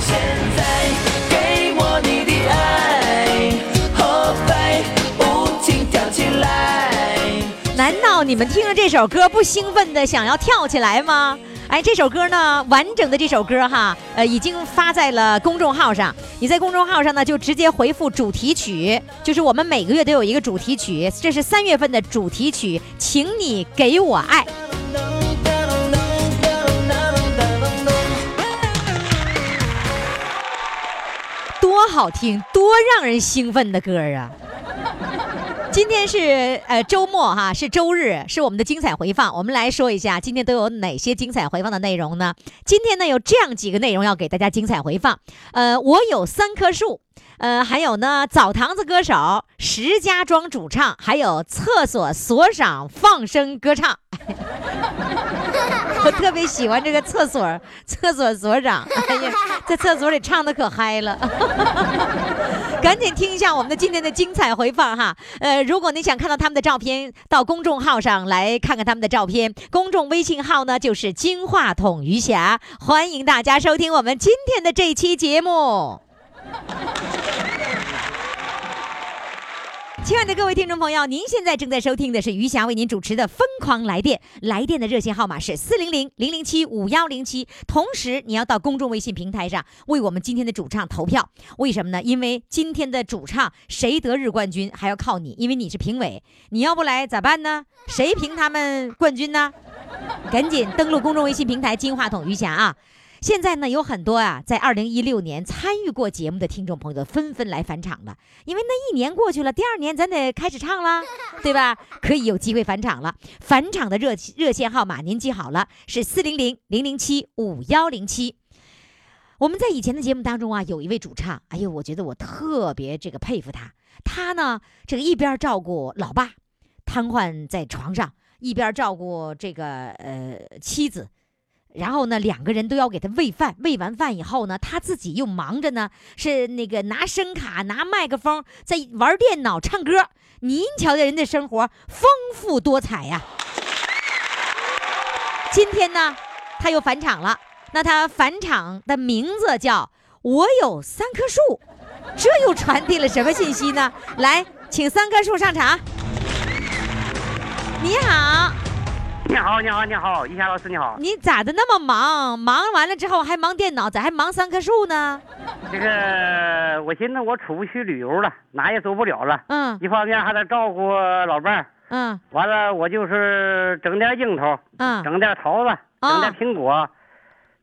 现在给我你的爱，后背舞情跳起来。难道你们听了这首歌不兴奋的想要跳起来吗？哎，这首歌呢，完整的这首歌哈，呃，已经发在了公众号上。你在公众号上呢，就直接回复主题曲，就是我们每个月都有一个主题曲，这是三月份的主题曲，请你给我爱。多好听，多让人兴奋的歌儿啊！今天是呃周末哈，是周日，是我们的精彩回放。我们来说一下今天都有哪些精彩回放的内容呢？今天呢有这样几个内容要给大家精彩回放。呃，我有三棵树，呃，还有呢澡堂子歌手石家庄主唱，还有厕所所长放声歌唱。 我特别喜欢这个厕所厕所所长，哎呀，在厕所里唱的可嗨了。赶紧听一下我们的今天的精彩回放哈。呃，如果你想看到他们的照片，到公众号上来看看他们的照片。公众微信号呢就是金话筒余霞，欢迎大家收听我们今天的这一期节目。亲爱的各位听众朋友，您现在正在收听的是余霞为您主持的《疯狂来电》，来电的热线号码是四零零零零七五幺零七。同时，你要到公众微信平台上为我们今天的主唱投票，为什么呢？因为今天的主唱谁得日冠军还要靠你，因为你是评委，你要不来咋办呢？谁评他们冠军呢？赶紧登录公众微信平台“金话筒余霞”啊！现在呢，有很多啊，在二零一六年参与过节目的听众朋友纷纷来返场了，因为那一年过去了，第二年咱得开始唱了，对吧？可以有机会返场了。返场的热热线号码您记好了，是四零零零零七五幺零七。我们在以前的节目当中啊，有一位主唱，哎呦，我觉得我特别这个佩服他。他呢，这个一边照顾老爸瘫痪在床上，一边照顾这个呃妻子，然后呢，两个人都要给他喂饭，喂完饭以后呢，他自己又忙着呢，是那个拿声卡、拿麦克风，在玩电脑、唱歌。您瞧瞧人家生活丰富多彩呀、今天呢，他又返场了。那他返场的名字叫“我有三棵树”，这又传递了什么信息呢？来，请三棵树上场。你好，你好，你好，你好，一霞老师你好。你咋的那么忙？忙完了之后还忙电脑，咋还忙三棵树呢？这个我寻思我出不去旅游了，哪也走不了了。嗯一方面还得照顾老伴儿，嗯完了我就是整点樱桃，嗯，整点桃子，啊整点苹果，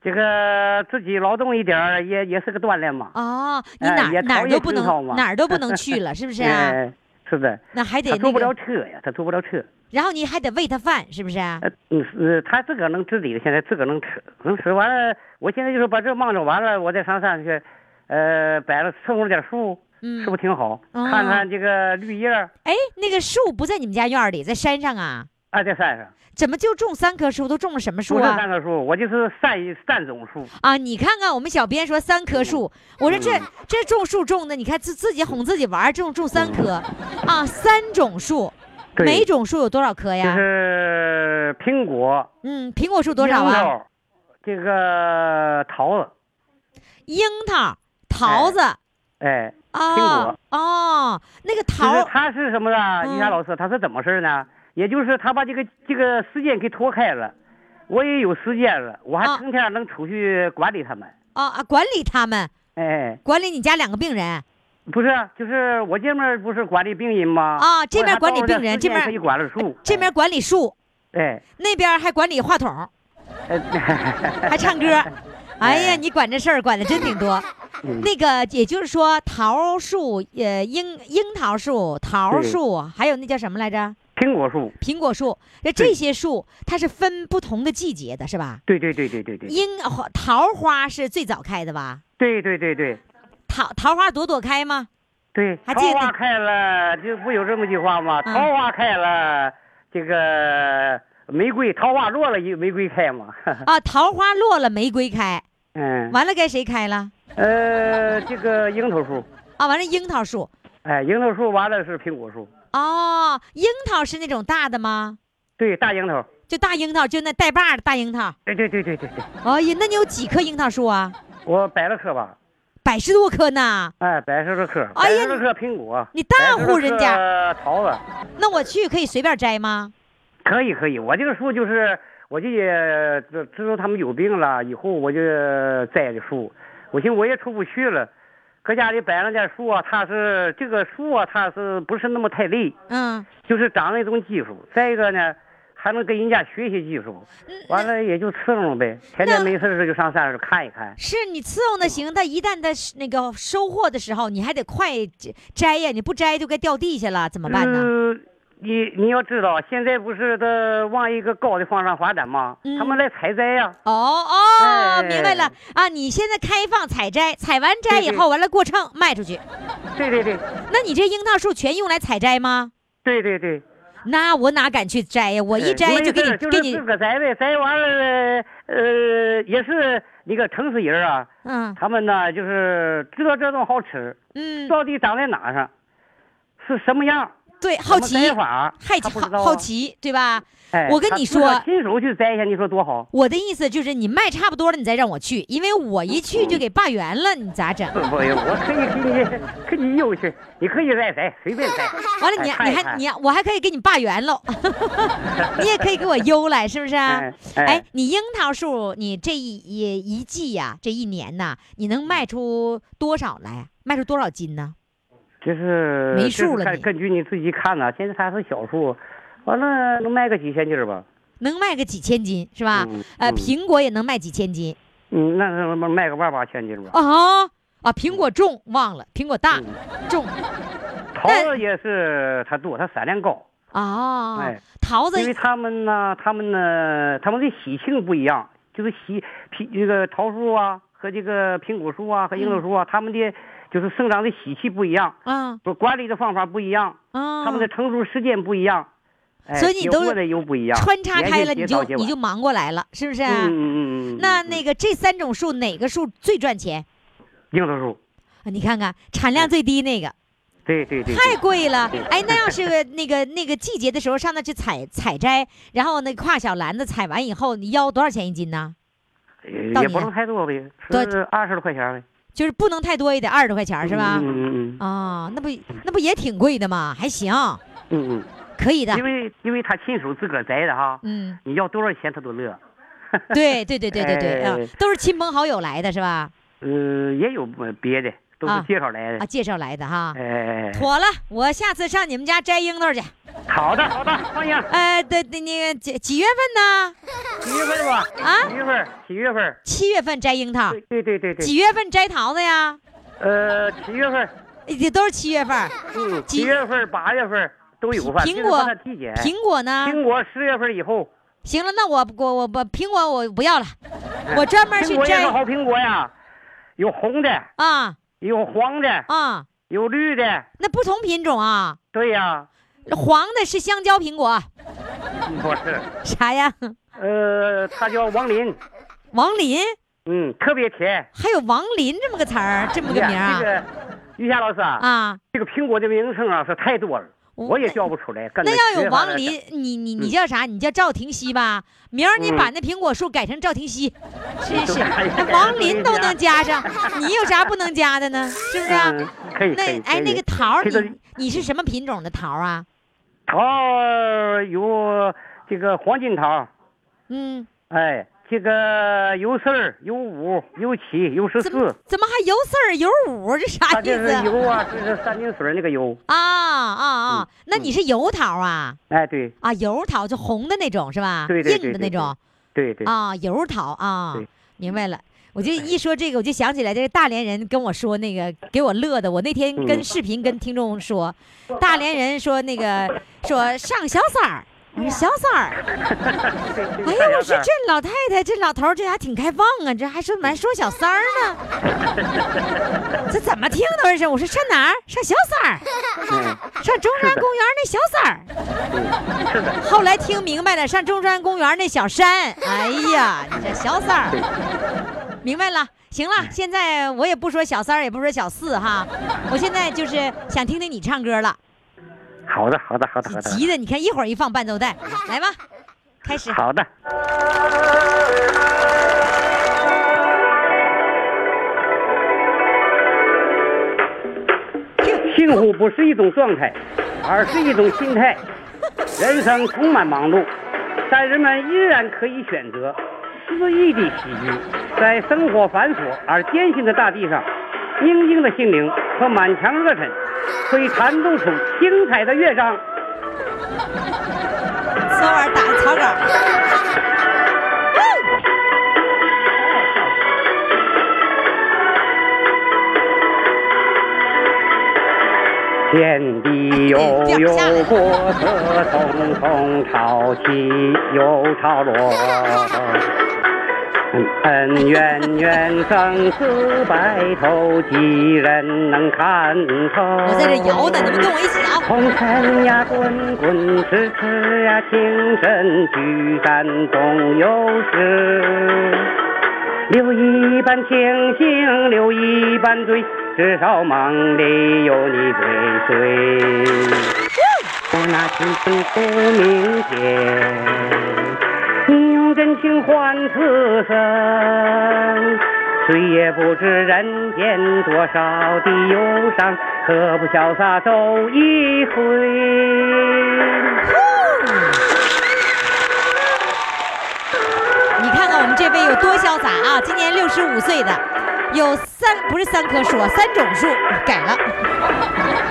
这个自己劳动一点儿也也是个锻炼嘛。哦，你哎哪也啊儿哪陶儿冶都不情操能 嘛哪儿都不能去了，是不是 啊？哎是的，那还得他坐那不了个，车呀，他坐不了车。然后你还得喂它饭，是不是啊？呃，嗯，是他自个儿能自理，现在自个儿能吃，能吃完了，我现在就是把这忙着完了，我再上山去，呃，摆了伺候点树，嗯是不是挺好？哦看看这个绿叶儿，哎，那个树不在你们家院儿里，在山上啊？哎，在山上，怎么就种三棵树？都种了什么树不是啊三？棵树，我就是三三种树，啊，你看看我们小编说三棵树，我说这这种树种的，你看自自己哄自己玩儿，这种种三棵，啊，三种树，对每种树有多少棵就呀？是苹果、嗯，苹啊果树多少樱啊？桃，这个桃子，樱桃、桃子，哎，哦哦，那个就桃是，他是什么呢？嗯一霞老师，他是怎么事儿呢？也就是他把这个这个时间给拖开了，我也有时间了，我还啊成天能出去管理他们。哦啊，管理他们，哎，管理你家两个病人，不是，啊就是我这面不是管理病人吗？啊这边我还管理包着病人时这间边可以管了树，这边管理树，哎，那边还管理话筒，哎 还 唱歌。哎呀，你管这事儿管的真挺多。嗯那个，也就是说，桃树、呃，樱樱桃树、桃对树，还有那叫什么来着？苹果树，苹果树。那这对些树，它是分不同的季节的，是吧？对对对对对对樱花、桃花是最早开的吧？对对对对，桃桃花朵朵开吗？对，还桃记得花你开了，就不有这么句话吗？嗯桃花开了，这个玫瑰桃花落了，玫瑰开嘛。啊，桃花落了玫瑰开， 嗯，完了该谁开了？呃，这个樱桃树，啊，完了樱桃树。哎，樱桃树完了是苹果树，哦，樱桃是那种大的吗？对，大樱桃，就大樱桃，就那带把儿的大樱桃。对对对对对对，哎呀，那你有几棵樱桃树啊？我摆了棵吧，百十多棵呢。哎，摆十多棵，哎摆呀十多棵苹果，你大户人家摆十多棵桃子，那我去可以随便摘吗？可以可以，我这个树就是，我就也知知道他们有病了，以后我就栽的树。我寻思我也出不去了，搁家里摆了点树啊，它是这个树啊，它是不是那么太累，嗯，就是长了一种技术。再一个呢，还能跟人家学习技术。嗯完了也就伺候呗，天天没事儿就上山上看一看。是你伺候那行，但一旦它是那个收获的时候，你还得快摘摘呀，你不摘就该掉地下了，怎么办呢？嗯，你你要知道，现在不是都往一个高的方向发展吗？嗯他们来采摘呀、哦哦，哎明白了啊！你现在开放采摘，采完摘以对对后，完了过秤卖出去。对对对，那你这樱桃树全用来采摘吗？对对对。那我哪敢去摘呀？我一摘没就给事你儿就给是你自，个儿摘呗，摘完了，呃，也是那个城市人啊，嗯他们呢就是知道这种好吃，嗯，到底长在哪上，是什么样，对，好奇什么，摘法，还他不知道好啊好。奇，对吧？哎，我跟他你自个儿说亲手去摘一下，你说多 好？我的意思就是你卖差不多了，你再让我去，因为我一去就给罢园了，你咋整？ 不不，我可以给你，给你邮去，你可以再摘，随便摘。完了你，哎你看一还看你我还可以给你罢园喽， 你也可以给我邮来，是不是啊、哎哎哎，你樱桃树，你这一一一季呀、这一年呐、你能卖出多少来？卖出多少斤呢？这是没这数是了看你根据你自己看呐、现在它是小树，完了能卖个几千斤儿吧？能卖个几千斤是吧？嗯呃，嗯苹果也能卖几千斤嗯，那那那卖个万八千斤儿吧。哦啊！苹果重忘了，苹果大、嗯重桃子也是它多，它产量高，哦、哎桃子因为他们呢，他们呢，他们的喜庆不一样，就是喜苹这个桃树啊和这个苹果树啊嗯和樱桃树啊，他们的就是生长的喜气不一样，啊不管理的方法不一样，啊，他们的成熟时间不一样，哎所以你结都果的又不一样，穿插年开限了，你节就早节你晚就忙过来了，是不是啊、嗯嗯嗯嗯，那嗯那个这三种树哪个树最赚钱樱桃树，啊？你看看产嗯量最低那个对对对，对太贵了对，哎，那要是个那个那个季节的时候上那去采采摘，然后那挎小篮子采完以后，你腰多少钱一斤呢？到你呃也不了能太多呗，多是二十多块钱呗，就是不能太多，也得二十多块钱是吧嗯？嗯嗯啊，那不那不也挺贵的吗？还行，嗯可以的嗯，因。为因为他亲手自个儿摘的哦哈，啊嗯，你要多少钱他都乐。对对对对对对，啊哎，都是亲朋好友来的是吧？呃，也有呃别的，都啊是介绍来的啊，。介绍来的哈。哎，妥了，我下次上你们家摘樱桃去。好的，好的，欢迎。哎，对对，那个几几月份呢？几月份吧？啊几月份？几月份？七月份摘樱桃，对对对对几对。月份摘桃子呀？呃，七月份，也都是七月份。嗯，几七月份、八月份都有吧？苹就是苹果看它季节。苹果啊呢？苹果十月份以后，行了，那我不我我不苹果我不 要了，我专门去苹果也是摘好苹果呀，有红的，啊有黄的，啊，有绿的。那不同品种啊，对呀，黄的是香蕉苹果，嗯不是，啥呀？呃，它叫王林，王林，嗯，特别甜。哎还有王林这么个词儿，这么个名儿这啊个于霞老师啊，啊。哦这个苹果的名称啊是太多了，我也叫不出来。跟那要学有法王来讲林，你你你叫啥？你叫赵廷熙吧？明儿嗯你把那苹果树改成赵廷熙，真是哎呀那 王林都能加 上，你有啥不能加的呢？是不是啊？嗯，可以可以。那哎，可以那个桃儿，这个你你是什么品种的桃儿啊？桃儿有这个黄金桃，嗯，哎，这个有四儿、有五、有七、有十怎么四，怎么还有四儿有五儿？这啥它意这是思？油啊，这是三点水那个油，啊啊嗯啊！那你是油桃啊？哎，对啊，油桃就红的那种是吧？对对对硬的那对对种对对，啊，油桃啊对，哎明白了。我就一说这个，我就想起来这个大连人跟我说那个给我乐的。我那天跟嗯视频跟听众说，大连人说那个说上小三儿，我说小三儿，哎呀，我说这老太太、这老头儿这还挺开放啊，这还说蛮说小三儿呢， 这怎么听都是。我说上哪儿？上小三儿，上中山公园那小三儿。是的，后来听明白了，上中山公园那小山，哎呀，你这小三儿，明白了。行了，嗯现在我也不说小三儿，也不说小四哈，我现在就是想听听你唱歌了，好的，好的，好的，好的，急的，你看一会儿一放伴奏带，来吧，开始。好的。幸福不是一种状态，而是一种心态。人生充满忙碌，但人们依然可以选择肆意的喜剧。在生活繁琐而艰辛的大地上，宁静的心灵和满腔热忱，会弹奏出精彩的乐章。昨晚打个草稿。天地悠悠，波色匆匆，潮起又潮落。恩恩怨怨，生死白头，几人能看透？我在这嗯摇呢，你们跟我一起摇。红尘呀，滚滚，痴痴呀，情深聚散总有时。留一半清醒，留一半醉，至少梦里有你追随。我那青春不明天，你用真情换此生。谁也不知人间多少的忧伤，何不潇洒走一回？你看看我们这位有多潇洒啊！今年六十五岁的，有三不是三棵树，啊，三种树改了。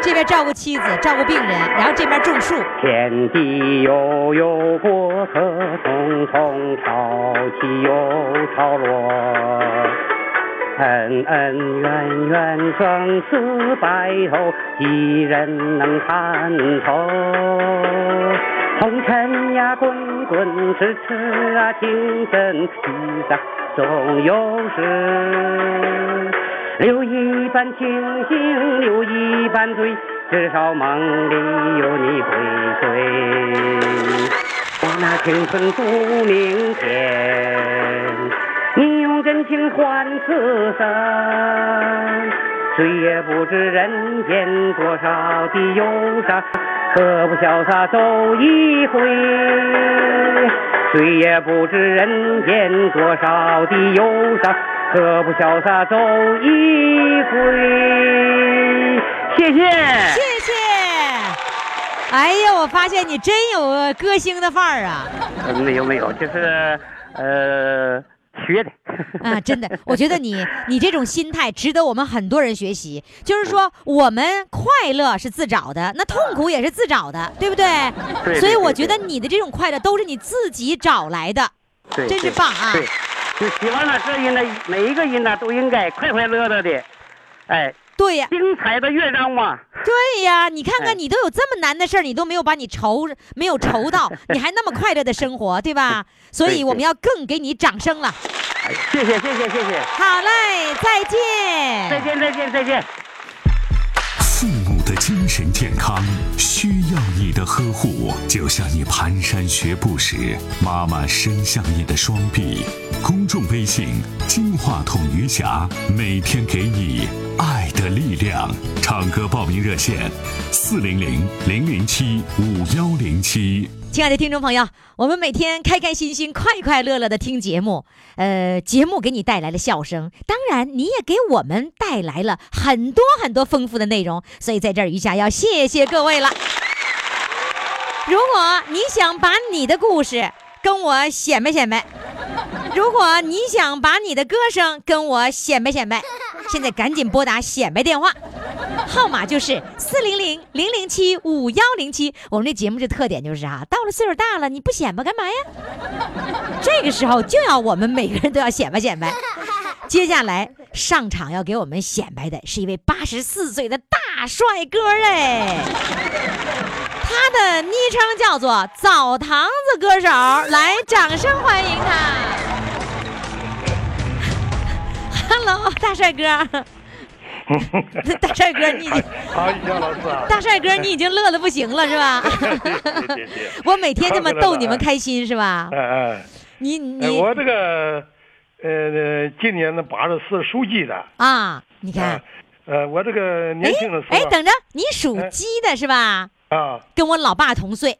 这边照顾妻子，照顾病人，然后这边种树，天地悠悠，过客匆匆，潮起又潮落。恩恩怨怨，生死白头，几人能看透？红尘呀，滚滚，痴痴啊，情深聚散总有时。留一半清醒，留一半醉，至少梦里有你归随。我那青春不明天，你用真情换此生。谁也不知人间多少的忧伤，何不潇洒走一回？谁也不知人间多少的忧伤，何不潇洒走一回？谢谢。谢谢。哎呀，我发现你真有歌星的范儿啊！呃没有没有，就是呃学的。 啊，真的，我觉得你你这种心态值得我们很多人学习。就是说，我们快乐是自找的，那痛苦也是自找的，对不对？对所以对我觉对得你的这种快乐都是你自己找来的。对，真是对棒啊对，就希望呢，这人呢，每一个人呢，都应该快快乐乐的，哎，对呀，精彩的乐章嘛。对呀，你看哎看，你都有这么难的事儿，你都没有把你愁没有愁到，你还那么快乐的生活，对吧？所以对我们要更给你掌声了。哎谢谢谢谢谢谢，好嘞，再见。再见再见再见。父母的精神健康需要你的呵护，就像你蹒跚学步时，妈妈伸向你的双臂。公众微信“金话筒余霞”，每天给你爱的力量。唱歌报名热线：四零零零零七五幺零七。亲爱的听众朋友，我们每天开开心心、快快乐乐的听节目，呃，节目给你带来了笑声，当然你也给我们带来了很多很多丰富的内容，所以在这儿余霞要谢谢各位了。如果你想把你的故事跟我显摆显摆，如果你想把你的歌声跟我显摆显摆，现在赶紧拨打显摆电话。号码就是四零零零零七五幺零七。我们这节目这特点就是啊，到了岁数大了，你不显摆干嘛呀？这个时候就要我们每个人都要显摆显摆。接下来上场要给我们显摆的是一位八十四岁的大帅哥哎，他的昵称叫做“澡堂子歌手”，来，掌声欢迎他。Hello，大帅哥， 大帅哥，你已哎经好，于洋老师啊，大帅哥，你已经乐得不行了是吧？谢谢 我每天这么逗你们开心是吧？哎哎，你哎你我这个呃，今年呢八十四属鸡的，啊，你看啊，，呃，我这个年轻的时候哎，等着，你属哎鸡的是吧？啊，跟我老爸同岁，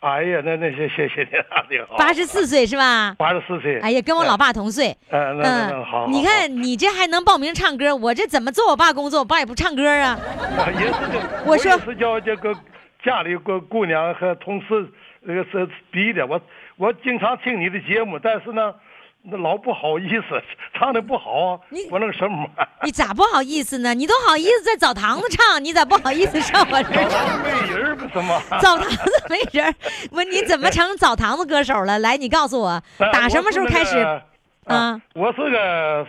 哎呀，那那谢谢谢你啊，你好，八十四岁是吧？八十四岁，哎呀，跟我老爸，爸同岁。嗯呃，哦那那那好，好你，看你这还能报名唱歌，我这怎么做我爸工作？我爸也不唱歌啊。好啊也是这， 我说也是叫这个家里个姑娘和同事那个是逼的，我我经常听你的节目，但是呢。那老不好意思，唱的不好啊你，我那个什 么，你咋不好意思呢？你都好意思在澡堂子唱，你咋不好意思上我这儿早唱？上没人儿不是吗？ 澡堂子没人儿，我你怎么成澡堂子歌手了？来，你告诉 我呃，打什么时候开？我是始？那个啊啊，我是个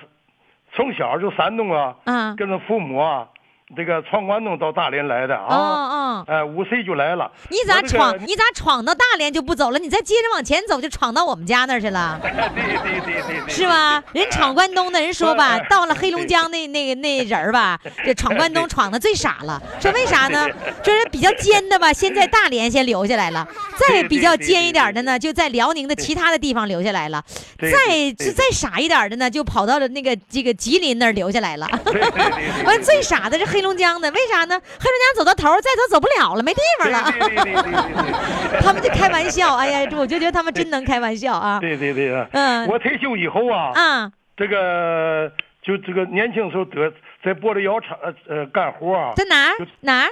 从小就山东啊，啊跟着父母啊，这个闯关东到大连来的哦啊，哦，哎，五岁就来了。你咋我这个闯？你咋闯到大连就不走了？你再接着往前走，就闯到我们家那儿去 了， 对对对对对，是吧？人闯关东的人说 吧，对到了黑龙江 那那个那人儿吧，这闯关东闯的最傻了。说为啥呢？说是比较尖的 吧，先在大连先留下来了，再对比较对对尖一点儿的对呢，就在辽宁的其他的地方留下来了，对再对对再傻一点儿的呢，就跑到了那个这个吉林那儿留下来了。对对对对 对完最傻的是黑龙江的，为啥呢？黑龙江走到头儿，再走走不了了，没地方对了。对对对对 对他们就开玩笑，哎呀，我就觉得他们真能开玩笑啊！ 对对对啊！嗯我退休以后啊，啊，这个就这个年轻时候得在玻璃窑厂呃呃干活啊，在哪儿就哪儿？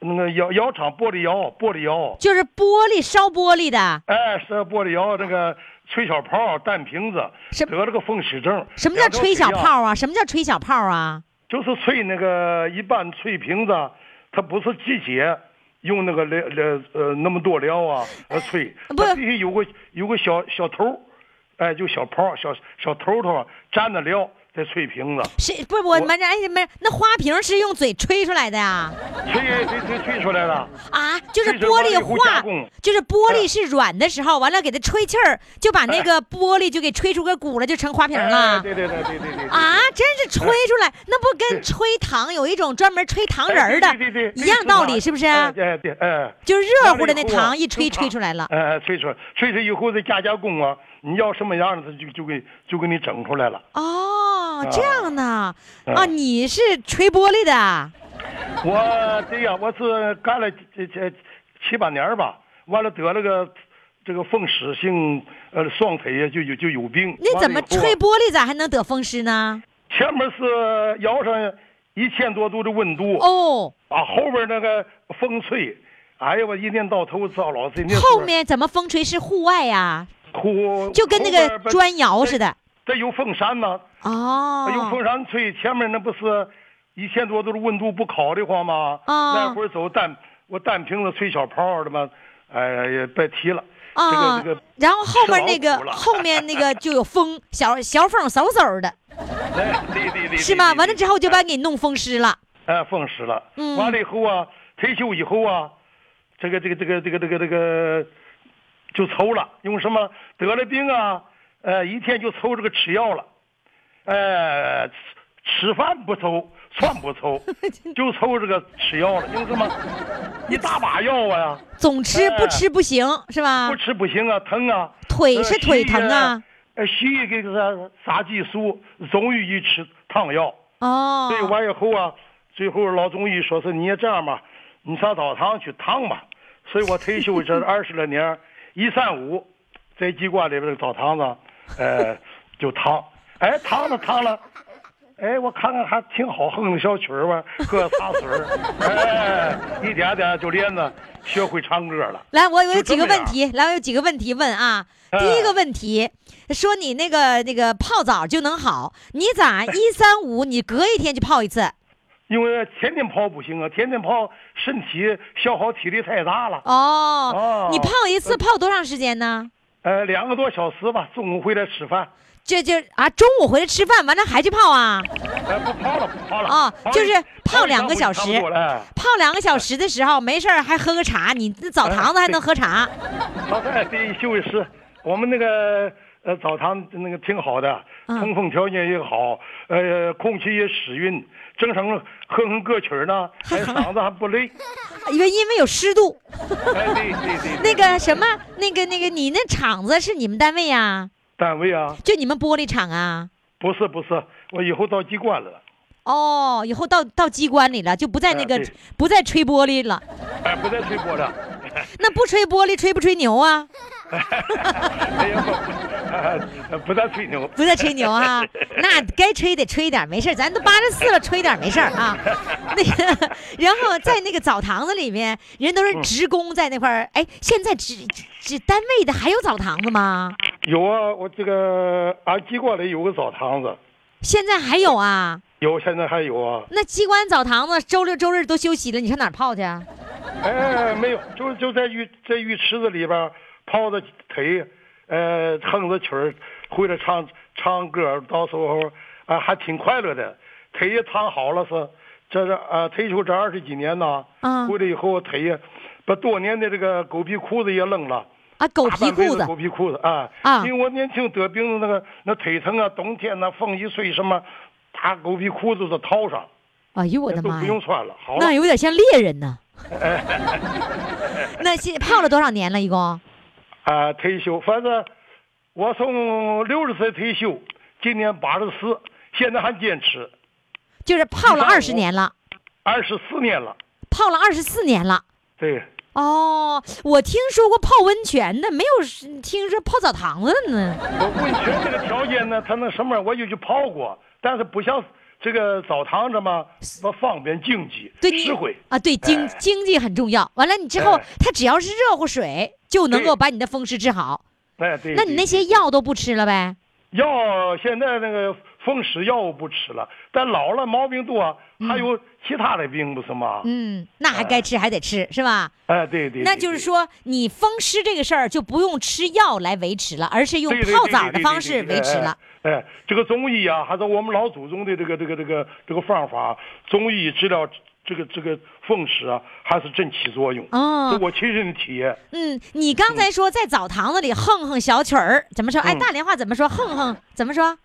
那个窑窑厂玻璃窑玻璃窑，就是玻璃烧玻璃的，哎，是玻璃窑那个吹小泡、弹瓶子，什得了个风湿症。什么叫吹小两条腿啊？泡啊？什么叫吹小泡啊？就是吹那个一般吹瓶子，它不是季节用那个料料呃那么多料啊呃吹，哎不它必须有个有个小小头儿，哎，就小泡小小头头啊沾着料再吹瓶子，是不是我我们这哎没那花瓶是用嘴吹出来的呀？吹吹吹吹出来了。啊，就是这是玻玻璃璃壶化加工，嗯就是玻璃是软的时候，完了给它吹气儿，就把那个玻璃就给吹出个鼓来，就成花瓶哎了。对对对对对对。啊，真是吹出 来，那不跟对吹糖有一种专门吹糖人儿的哎对对对对一样道理，那是不啊是？哎哎对哎。就是热乎的那那个糖啊一吹就烫吹出来了。哎、哎，吹出来，吹出以后再加加工啊，你要什么样的，他就就给就给你整出来了。哦，这样呢？啊，啊你是吹玻璃的？我对呀、我是干了这这七八年儿吧，完了得了个这个风湿性呃双腿呀就有就有病。那怎么完了以后啊吹玻璃咋还能得风湿呢？前面是摇上一千多度的温度，哦，啊，后边那个风吹，哎呀，我一天到头遭老是那时候后面怎么风吹是户外呀、哭，就跟那后边个不砖窑似的。这有风扇呢、哦，用风扇吹，前面那不是一千多度的温度不烤得慌吗？啊那会儿走单我单瓶子吹小泡的嘛，哎呀，别提了。啊、这个然后后面那吃个老虎了后面那个就有风，小小风嗖嗖的，这个，哎对对对，哎是吗？完了之后就把把你弄风湿了。哎风湿了。嗯完了以后啊，退休以后啊，这个这个这个这个这个这个就愁了，用什么得了病啊？呃，一天就愁这个吃药了，呃，吃吃饭不愁，穿 不愁，就愁这个吃药了，用什么一大把药啊呀。总吃不哎吃不行、是吧不？吃不行啊，疼啊。腿是呃腿疼啊。西医呃，西医给他撒激素，中医一吃烫药。哦，对，完以后啊，最后老中医说是你也这样吧，你上澡堂去烫吧。所以我退休这二十来年，一三五，在机关里边的澡堂子，呃，就烫。哎，烫了烫了，哎，我看看还挺好，哼着小曲儿吧，喝茶水儿，哎，一点点就练着学会唱歌了。来，我我有就几这个么问样题，来，我有几个问题问啊。第一哎个问题，说你那个那个泡澡就能好，你咋一三五你隔一天就泡一次？因为天天泡不行啊，天天泡身体消耗体力太大了。哦，你哦泡一次泡多长时间呢？呃，两个多小时吧，中午回来吃饭。这就啊，中午回来吃饭，完了还去泡啊？哎，不泡了，不泡了哎啊泡，一就是泡泡一两个小上午就差时不多了哎，泡两个小时的时候没事儿还喝个茶，你那澡堂子还能喝茶，老太太对，就是我们那个呃澡堂那个挺好的，嗯通风条件也好，呃，空气也使运，正常哼哼歌曲 儿呢，还嗓子还不累。因为因为有湿度。哎，对对对，那个什么，那个那个，你那厂子是你们单位呀、单位啊，就你们玻璃厂啊？不是不是，我以后到机关了，哦，以后到到机关里了，就不在那哎个、对不再吹玻璃了。哎，不再吹波了。 那不吹玻璃，吹不吹牛啊？哎呀，不 不不再吹牛，不再吹牛 啊，那该吹得吹点儿，没事儿咱都八十四了，吹点儿没事儿啊。 那个，然后在那个澡堂子里面，人都嗯是职工在那块儿。哎，现在职职单位的还有澡堂子吗？有啊，我这个俺机关里有个澡堂子，现在还有啊？有现在还有啊，那机关澡堂子周六周日都休息了，你上哪儿泡去啊？哎，没有，就就在浴在浴池子里边儿泡着腿，呃，哼着曲儿，回来唱唱歌，到时候啊、还挺快乐的，腿也烫好了是，这是啊、退休这二十几年呐，啊回来以后腿也把多年的这个狗皮裤子也扔了。啊，狗大皮半辈裤子子狗皮裤子啊啊因为我年轻得病的那个那腿疼啊，冬天呐、风一吹什么，大狗皮裤子都套上，哎呦我都的妈不呀用，穿了，好了那有点像猎人 呢。那现泡了多少年了？一共？啊、退休，反正我从六十岁退休，今年八十四，现在还坚持，就是泡了一般二十我年了，二十四年了，泡了二十四年了。对。哦，我听说过泡温泉的，没有是听说泡澡堂子的呢。我温泉这个条件呢，它那什么样，我也去泡过，但是不像这个澡堂这么么方便经济，对你实惠。啊，对经哎经济很重要。完了，你之后哎它只要是热乎水，就能够对把你的风湿治好。哎，对。那你对那些药都不吃了呗？药现在那个风湿药我不吃了，但老了毛病多，还有其他的病不是吗？嗯，那还该吃还得吃是吧？哎，对对。那对就是对说，你风湿这个事儿就不用吃药来维持了，而是用对对泡对澡对的对方对式对维持哎了。哎哎这个中医啊，还是我们老祖宗的这个这个这个这个方法，中医治疗这个这个风湿啊，还是真起作用。哦这我亲身的体验。嗯，你刚才说在澡堂子里哼哼小曲儿，怎么说？哎，嗯大连话怎么说？哼哼，怎么说？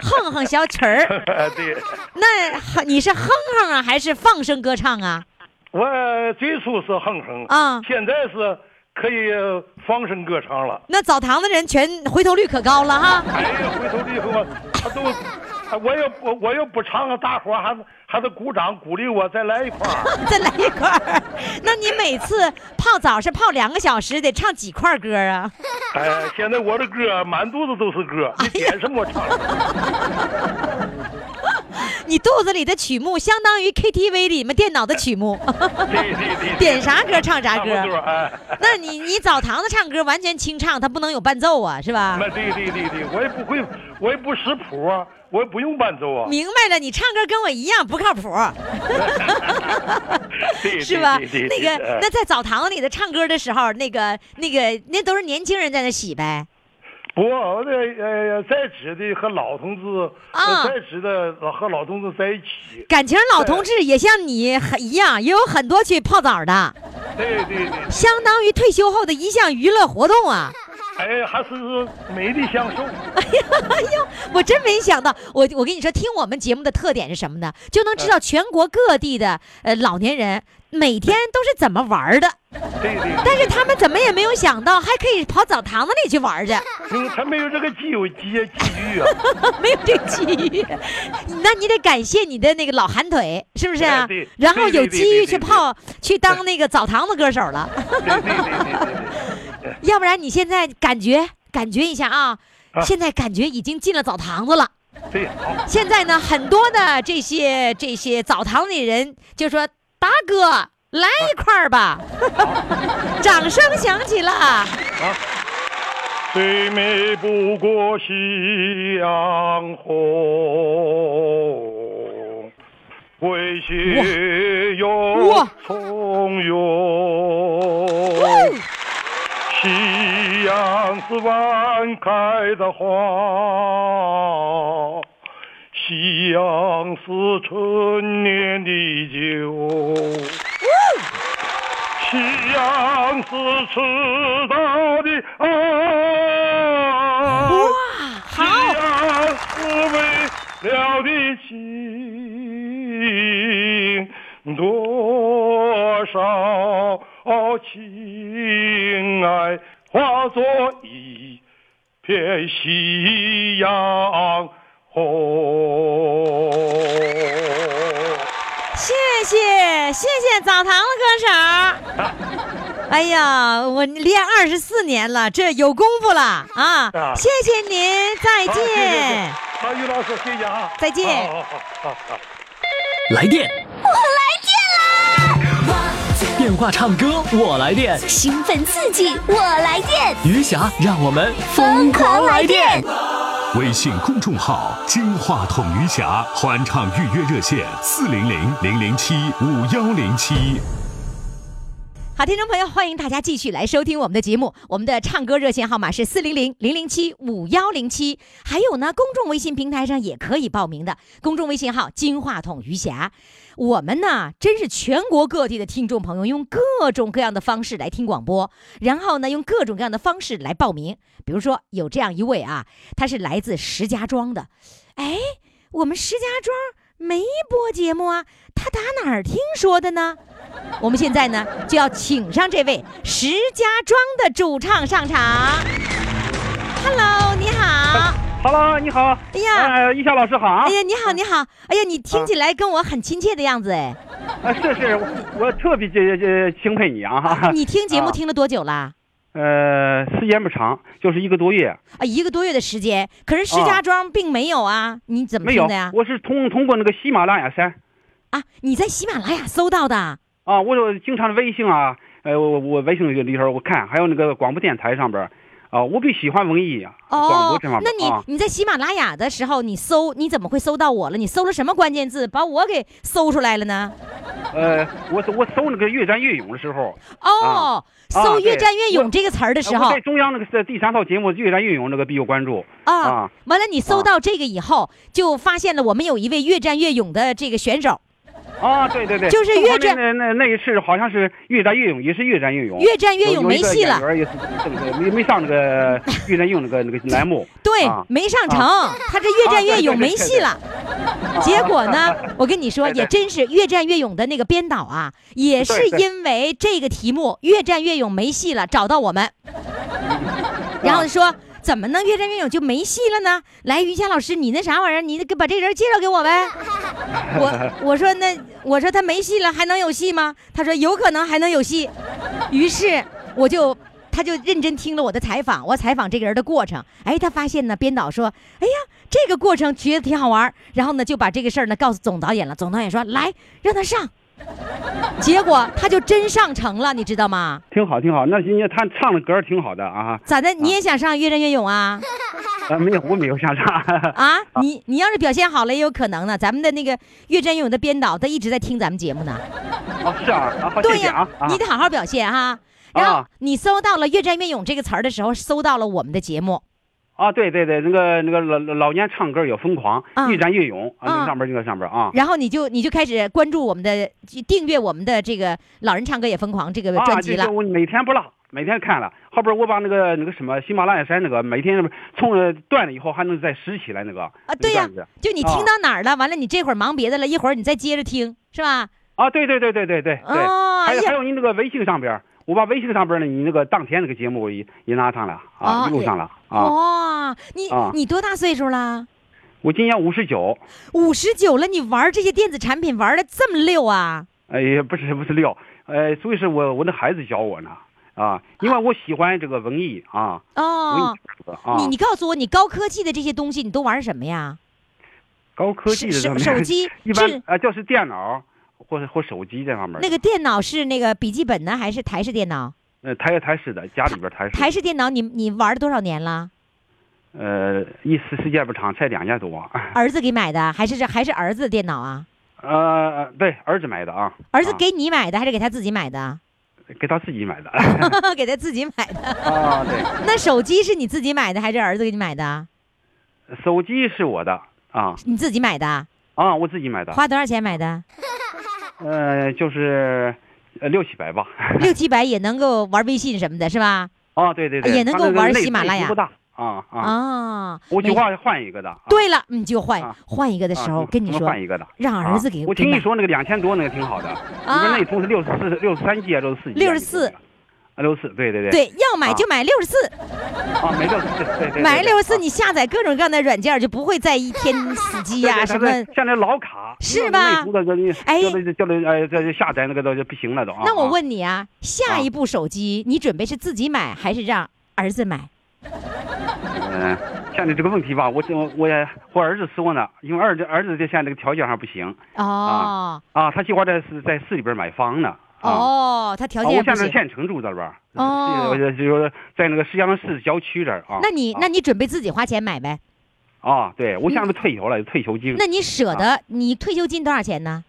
哼哼小曲儿。 哎，对，那哼你是哼哼啊，还是放声歌唱啊？我最初是哼哼啊现在是可以放声歌唱了。那澡堂子人全回头率可高了哈。 哎呀，回头以后啊他都，哎我要我我要不唱了，啊大伙儿还还得鼓掌鼓励我再来一块儿。再来一块儿，那你每次泡澡是泡两个小时，得唱几块歌啊？哎，现在我的歌满肚子都是歌，你点什么我唱什么。你肚子里的曲目相当于 KTV 里面电脑的曲目，对对对， 点啥歌唱啥差不多歌。哎。 那你你澡堂子唱歌完全清唱，它不能有伴奏啊，是吧？ 那对对对对，我也不会，我也不识谱啊，我也不用伴奏啊。明白了，你唱歌跟我一样不靠 谱，对对是吧？对对那对个哎那在澡堂子里的唱歌的时候，那个那个那都是年轻人在那洗呗。不，我这呃在职的和老同志，啊在职的和老同志在一起。感情老同志也像你很一样，也有很多去泡澡的，对对对，相当于退休后的一项娱乐活动啊！哎，还是美的享受。哎呦，我真没想到，我我跟你说，听我们节目的特点是什么呢？就能知嗯道全国各地的呃老年人每天都是怎么玩儿的，对对对。但是他们怎么也没有想到还可以跑澡堂子里去玩儿去，因嗯为他没有这个机会机机遇啊。没有这机遇。 那你得感谢你的那个老寒腿，是不是、啊哎对？然后有对对对机遇对对去对泡去当那个澡堂子歌手 了。对对对对对要不然你现在感觉感觉一下啊，啊现在感觉已经进了澡堂子了。对，对好，现在呢，很多的这些这些澡堂里人就说：“达哥，来一块儿 吧！”掌声响起了。最美不过夕阳红，归去又哇哦从容。夕像是晚开的花，夕阳是春年的酒，夕阳是迟到的啊爱，夕阳是未了的情，多少情爱化作一片夕阳红。谢谢谢谢澡堂子歌手。哎呀，我练二十四年了，这有功夫了啊！啊谢谢您，再好，谢谢见。。好，于老师，谢谢啊，再见好好好好好。来电，电话唱歌我来电，兴奋刺激，我来电，余霞让我们疯狂来电。微信公众号“金话筒余霞”欢唱预约热线：四零零零零七五幺零七。好，听众朋友，欢迎大家继续来收听我们的节目。我们的唱歌热线号码是四零零零零七五幺零七，还有呢，公众微信平台上也可以报名的，公众微信号“金话筒余霞”。我们呢，真是全国各地的听众朋友，用各种各样的方式来听广播，然后呢，用各种各样的方式来报名。比如说，有这样一位啊，他是来自石家庄的，哎，我们石家庄没播节目啊，他打哪儿听说的呢？我们现在呢就要请上这位石家庄的主唱上场。Hello，你好。 Hello，你好。哎呀，呃，玉霞老师好啊哎！呀，你好，你好。哎呀，你听起来跟我很亲切的样子哎。啊，是是，我我特别这这钦佩你啊！哈哈你听节目啊听了多久啦？呃，时间不长，就是一个多月，啊，一个多月的时间。可是石家庄并没有啊，你怎么没有听的呀。？我是通通过那个喜马拉雅山啊，你在喜马拉雅搜到的。啊，我有经常微信啊，呃，我我微信里头我看，还有那个广播电台上边儿啊，我比较喜欢文艺啊，广播这方哦面那你、啊。你在喜马拉雅的时候，你搜你怎么会搜到我了？你搜了什么关键字，把我给搜出来了呢？呃，我我搜那个越战越勇的时候， 哦，啊搜“越对战越勇”这个词儿的时呃候我在中央那个在第三套节目《越战越勇》那个必有关注啊啊，完了你搜啊到这个以后，就发现了我们有一位越战越勇的这个选手，啊，对对对，就是正越好那战那那那一次好像是越战越勇，也是越战越勇，越战越有勇有一没个戏演了，员也是这个没没上那个越战越勇那个那个栏 目，对，啊没上成，他这越啊战对越对勇对没对戏对了。 结果呢，我跟你说，对对也真是越战越勇的那个编导啊，也是对对因为这个题目“越战越勇”没戏了，找到我 们，然后说。怎么能越战越勇就没戏了呢？来，于谦老师，你那啥玩意儿，你给把这人介绍给我 呗。我我说那我说他没戏了，还能有戏吗？他说有可能还能有戏。于是我就他就认真听了我的采访，我采访这个人的过程。哎，他发现呢，编导说，哎呀，这个过程觉得挺好玩儿。然后呢，就把这个事儿呢告诉总导演了。总导演说，来让他上。结果他就真上成了，你知道吗？挺好挺好。那人家他唱的歌儿挺好的啊，咋的？你也想上越战越勇啊？啊没有我没有想唱，啊，你你要是表现好了，也有可能呢。咱们的那个越战越勇的编导，他一直在听咱们节目呢。哦 是啊，啊好谢对谢呀啊，啊你得好好表现哈。然后啊你搜到了“越战越勇”这个词儿的时候，搜到了我们的节目。啊对对对，那个那个老老老年唱歌也疯狂啊，越战越勇啊，那啊个上边儿那个上边儿啊。然后你就你就开始关注我们的，订阅我们的这个《老人唱歌也疯狂》这个专辑啊、了这这。我每天不落，每天看了。后边我把那个那个什么喜马拉雅山那个每天冲着断了以后还能再拾起来那个啊，对呀、那个段子就你听到哪儿了？完了，你这会儿忙别的了，一会儿你再接着听，是吧？啊，对对对对对对对，哦还有哎呀还有你那个微信上边儿，我把微信上边儿呢，你那个当天那个节目我也也拿上了啊，哦一录也上了哇、啊。哦你、啊你多大岁数啦？我今年五十九，五十九了，你玩这些电子产品玩的这么溜啊？哎也不是不是六，呃，所以是我我的孩子教我呢啊，因为我喜欢这个文艺啊，文哦艺，这个啊，你你告诉我，你高科技的这些东西你都玩什么呀？高科技的手上手面手机 一智般啊就是电脑或者或手机这方面儿那个电脑是那个笔记本呢，还是台式电脑？呃，台台式的，家里边儿台式。台式电脑你你玩了多少年了？呃，一时时间不长，才两年多。 儿子给买的，还是这还是儿子的电脑啊？呃，对，儿子买的啊。儿子啊给你买的，还是给他自己买的？ 给他自己买的。给他自己买的。啊， 对，那手机是你自己买的还是儿子给你买的？手机是我的啊你自己买的，啊，我自己买的，花多少钱买 的？呃，就是呃六七百吧。六七百也能够玩微信什么的，是吧？啊，对对对，哎也能它够那个玩类喜马类拉型雅不大啊啊，啊，我就没换换一个的。啊对了，你就换啊换一个的啊时候，我跟你我说，换一个的，让儿子啊给我给听你买啊说那个两千多那个挺好的，你说那从是六十四、六十三 G 啊，六十四 G 64啊。啊，六十四，对对对，对，要买啊就买六十四，啊，没六十四，对对对，买对六十四，啊你下载各种各样的软件儿就不会再一天死机对对呀、什像么那。像那老卡是那吧那图的叫那哎叫那叫那呃叫那下载那个都就不行了都啊。那我啊问你啊，下啊一部手机你准备是自己买还是让儿子买？嗯，像你这个问题吧，我这我我也我儿子说呢，因为儿子儿子这现在这个条件还不行哦啊，他计划在市在市里边买房呢。啊、哦，他条啊，我件现不在行。县城住这边儿，呃哦是我就是说在那个石家庄市郊区这儿啊。那你啊那你准备自己花钱买呗？啊，对我现在不退休了，有退休金，那你啊舍得？你退休金多少钱呢？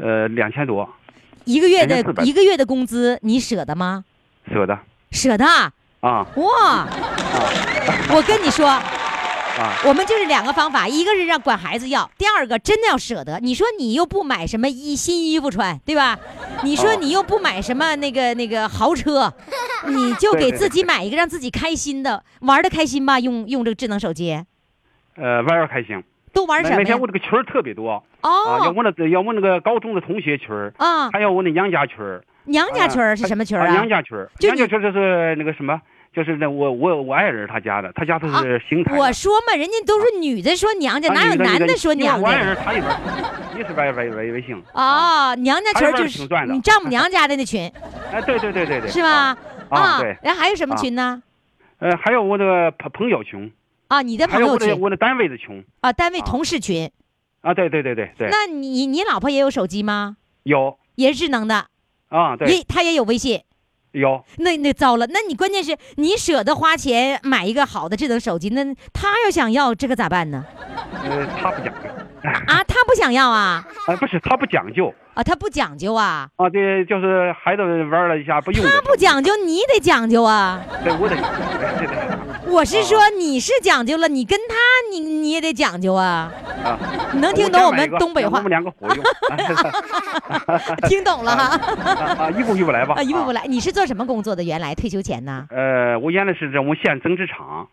呃，两千多，一个月2400的一个月的工资，你舍得吗？舍得舍得啊啊哇！我跟你说，啊我们就是两个方法，一个是让管孩子要，第二个真的要舍得。你说你又不买什么衣新衣服穿，对吧？你说哦你又不买什么那个那个豪车，你就对给对自己对买一个让自己开心的，玩的开心吧。用用这个智能手机，呃，玩玩开心。都玩什那么那天呀我？这个群儿特别多、啊，要哦我那要我那个高中的同学群儿，啊，还有我那娘家哎群儿，娘家群儿是什么群儿娘啊？家群儿，就娘家你群儿就是那个什么，就是那我我我爱人他家的，他家都是邢台的。啊我说嘛，人家都是女的说娘家，啊哪有女的女男的的说因为娘我爱家？人他也玩，也是玩玩玩微信。哦，娘家群儿就他那边儿是挺赚的你丈母娘家的那群哎，对对对对 对，是吧？啊啊对，然后还有什么群呢？呃，还有我的朋朋友群，啊，你的还朋有友我的群我的单位的群啊，单位啊同事群。啊，对对对对对，那你你老婆也有手机吗？有也是智能的，啊，对也她也有微信。有那那糟了，那你关键是你舍得花钱买一个好的智能手机，那她要想要这个咋办 呢？呃，他不讲究，啊，她不想要啊，啊，不是他不讲究啊，她不讲究啊，啊，对，就是孩子玩了一下不用的时她候，不讲究，你得讲究啊。对，我得，对对对我是啊说你是讲究了，你跟她你你也得讲究啊。啊，你能听懂我们东北我话们？两个活用， 听懂了 哈，啊，一步一步来吧，啊，一步步。来。你是做什么工作的？原来退休前呢？呃，我原来是在我们县针织厂，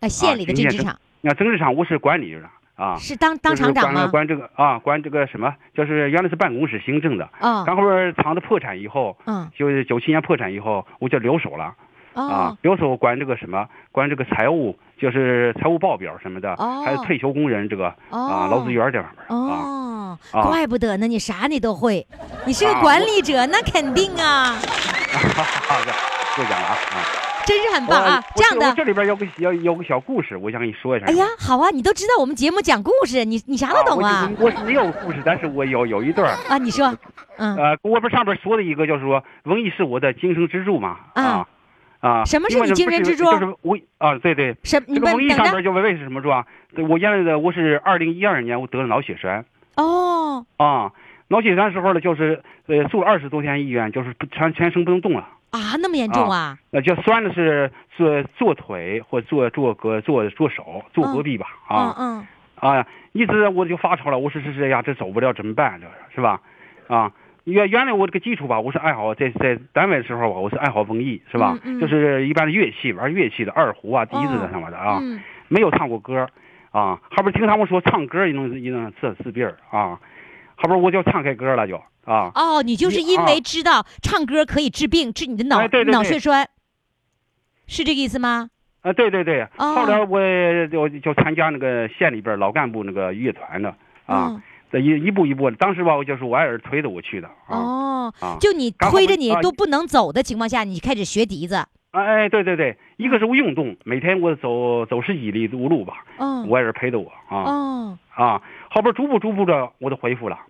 啊，县里的针织厂那针织厂我是管理的啊，是当当厂长就是管吗？管这个啊，管这个什么，就是原来是办公室行政的，啊，然后边厂子破产以后，嗯，就是九七年破产以后，我就留守了、哦啊，，留守管这个什么，管这个财务，就是财务报表什么的，哦还有退休工人这个、哦啊，劳资员这 方面、啊。哦，啊怪不得呢，你啥你都会，你是个啊管理者，那肯定啊，好的，不讲了啊啊！真是很我棒啊！我这样我的，这里边有个有有个小故事，我想跟你说一下。哎呀，好啊，你都知道我们节目讲故事，你你啥啊，都懂啊我是我是没有故事，但是我有有一段儿，啊！你说，嗯，呃，我不是上边说的一个，就是说文艺是我的精神支柱嘛，啊啊，嗯什么是另外你精就是神支柱就是我啊，对对，什么？你这个问文艺等上着边就为为是什么是吧？对我原来的我是二零一二年我得了脑血栓哦啊，脑血栓时候呢就是呃住了二十多天医院，就是不全全身不能动了，啊，那么严重啊？那就酸的是坐坐腿或坐坐胳坐坐手坐嗯胳膊吧嗯啊嗯啊，一直我就发愁了，我说是这样，这走不了怎么办？这是是吧？啊。原原来我这个基础吧，我是爱好在在单位的时候吧，我是爱好文艺，是吧？嗯嗯就是一般的乐器，玩乐器的二胡啊、笛子的哦什么的啊。嗯，没有唱过歌，啊，后边听他们说唱歌也能也能治治病儿啊，后边我就唱开歌了就啊，哦，你就是你因啊为知道唱歌可以治病，治你的脑哎对对对脑血栓，是这个意思吗？啊对对对，哦后来我就就参加那个县里边老干部那个乐团的啊，嗯，这一一步一步的，当时吧我就是我爱人推着我去的啊，哦啊，就你然后推我着你啊都不能走的情况下，你开始学笛子，哎对对对，一个是我运动，每天我走走十几里路路吧，嗯，我爱人陪着我啊哦，啊，后边逐步逐步的我都恢复了。哦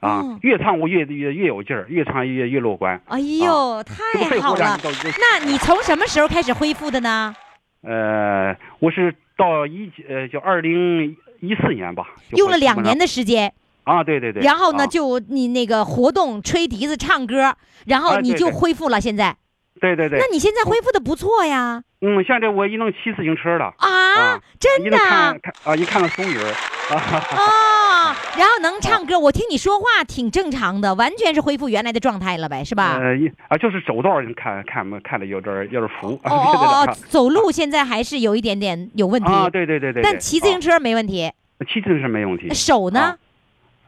啊，越唱我越越越有劲儿，越唱越越乐观。哎呦，太好了！那你从什么时候开始恢复的呢？呃，我是到一呃，就二零一四年吧，就用了恢复两年的的时间，啊，对对对。然后呢，啊就你那个活动吹笛子、唱歌，然后哎你对就对恢复了。现在，对对对那，你现在恢复的不错呀！嗯，现在我一弄骑自行车了，啊啊，一真的弄啊看看啊，一看到松人儿啊哈哈，啊！然后能唱歌，我听你说话挺正常的，完全是恢复原来的状态了呗，是吧？呃一啊， 就是走道儿看看看着有点儿有点儿浮，哦 哦哦啊哦，走路现在还是有一点点有问题，啊，对对对对。但对骑自行、车没问题。啊骑自行车没问题。手呢啊？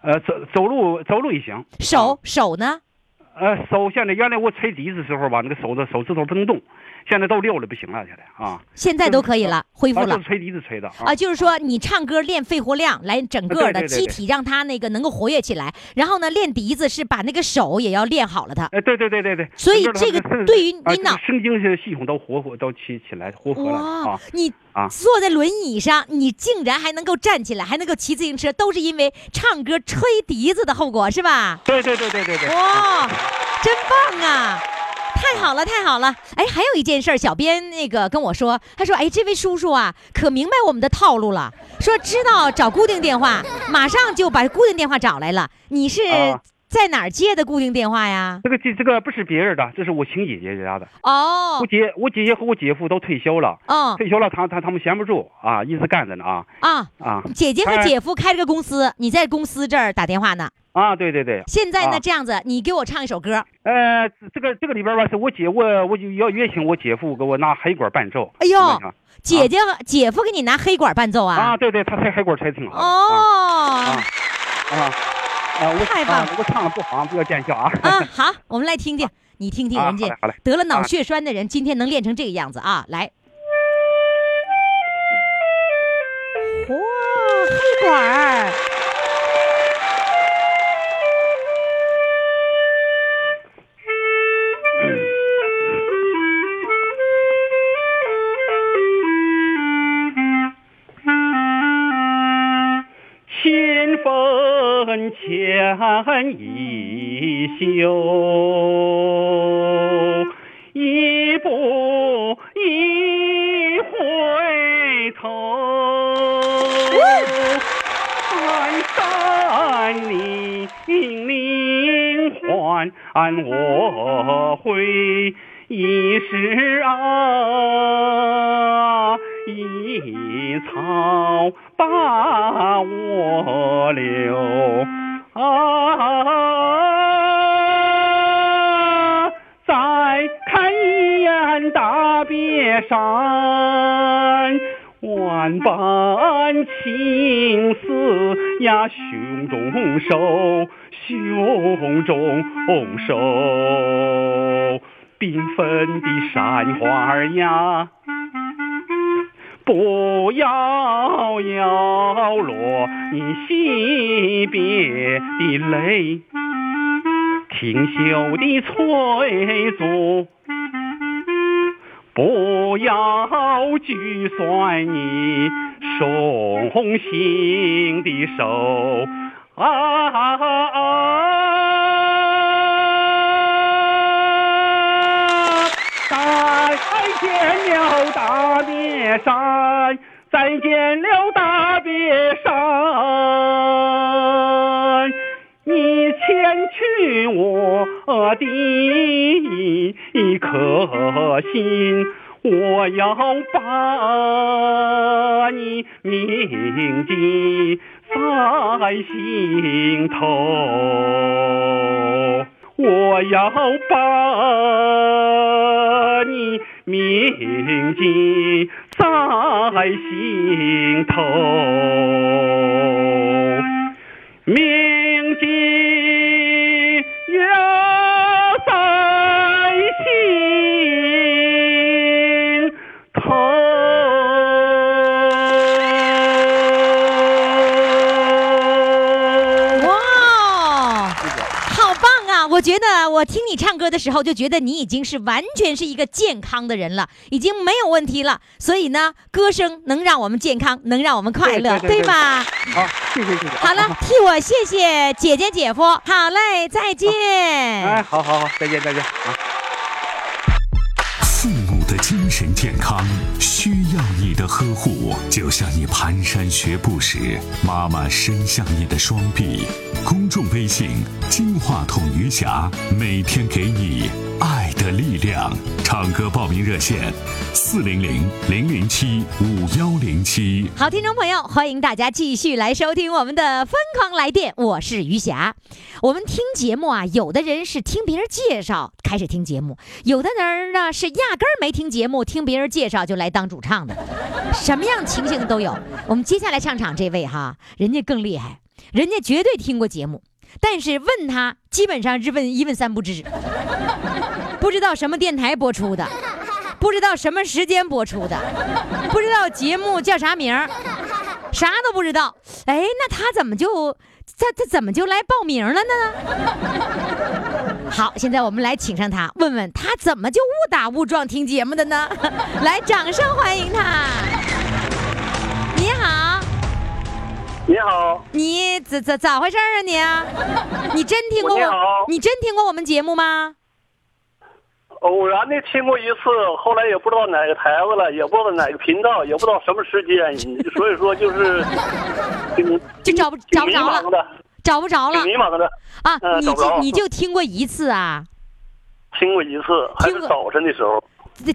呃，走走路走路也行。手手呢？呃，手现在原来我吹笛子时候吧，那个手的手指头不能动，现在都溜了，不行了，现在啊，现在都可以了，恢复啊，就了是。吹笛子吹的啊，啊，就是说你唱歌练肺活量，来整个对的对对机对体让它那个能够活跃起来。然后呢，练笛子是把那个手也要练好了它。哎，对对对对对，所以整这个它的对于啊您脑这个神经系统都活活都起起来活活了哇啊，，你啊坐在轮椅上，你竟然还能够站起来，还能够骑自行车，都是因为唱歌吹笛子的后果是吧？对对对对对对，哇，真棒啊！太好了，太好了！哎，还有一件事儿，小编那个跟我说，他说：“哎，这位叔叔啊，可明白我们的套路了，说知道找固定电话，马上就把固定电话找来了。你是啊在哪儿接的固定电话呀？这个这这个不是别人的，这是我亲姐姐家的，哦我，姐我姐姐和我姐夫都退休了，哦，退休了，他他他们闲不住啊，一直干着呢啊啊，啊姐姐和哎姐夫开了个公司，你在公司这儿打电话呢。啊，对对对，现在呢，啊这样子，你给我唱一首歌。呃，这个这个里边吧，是我姐我我就要约请我姐夫给我拿黑管伴奏。哎呦你看姐姐和、姐夫给你拿黑管伴奏啊，啊？对对，他吹黑管吹啊挺好的。哦，啊啊啊啊！我太棒啊我唱的不好，不要见笑啊。啊，好，我们来听听，你听听啊人家好嘞好嘞得了脑血栓的人，今天能练成这个样子啊！来，哇，黑管儿，嗯 清风浅一袖，一步一回头。嗯万山岭岭唤我回，一时啊，一草把我留啊。再看一眼大别山，万般情思呀，胸中收，胸中收。缤纷的山花儿呀，不要摇落你惜别的泪。清秀的翠竹，不要拘算你送行的手啊。啊再见了大别山，再见了大别山，你牵去我的一颗心。我要把你铭记在心头。我要把你铭记在心头，铭记犹在心头。哇，好棒啊！我觉得我听你唱歌的时候，就觉得你已经是完全是一个健康的人了，已经没有问题了。所以呢，歌声能让我们健康，能让我们快乐，对对对对吧？好，谢谢谢谢。好了，替我谢谢姐姐姐夫。好嘞，再见。哎，好好好，再见再见啊。父母的精神健康需要你的呵护。虎就像你蹒跚学步时，妈妈伸向你的双臂。公众微信“金话筒余霞”，每天给你爱的力量。唱歌报名热线：四零零零零七五幺零七。好，听众朋友，欢迎大家继续来收听我们的《疯狂来电》，我是余霞。我们听节目啊，有的人是听别人介绍开始听节目，有的人呢是压根儿没听节目，听别人介绍就来当主唱的， 什么样情形都有。我们接下来上场这位哈，人家更厉害，人家绝对听过节目，但是问他基本上是问一问三不知， 不知道什么电台播出的。不知道什么时间播出的，不知道节目叫啥名儿，啥都不知道。哎，那他怎么就他他怎么就来报名了呢？好，现在我们来请上他，问问他怎么就误打误撞听节目的呢？来，掌声欢迎他。你好，你好，你怎怎咋回事儿啊你啊？你真听过我你好我？你真听过我们节目吗？偶然的听过一次，后来也不知道哪个台子了，也不知道哪个频道，也不知道什么时 间，所以说就是挺就找不挺找不迷着了茫的，找不着了挺迷茫的。啊！呃你找不着就你就听过一次啊？听过一次，还是听过早晨的时候，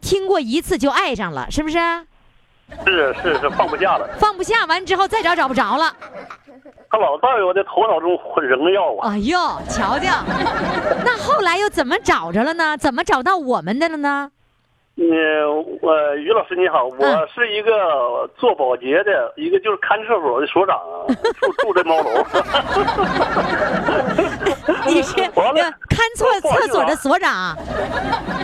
听过一次就爱上了，是不是？啊是是是放不下了。放不下，完之后再找找不着了。他老在我的头脑中混人药啊，哎呦，瞧瞧，那后来又怎么找着了呢？怎么找到我们的了呢？嗯，呃，于老师你好，我嗯是一个做保洁的，一个就是看厕所的所长，啊住住这猫楼。 你是完了呃看错不好厕意思啊所的所长？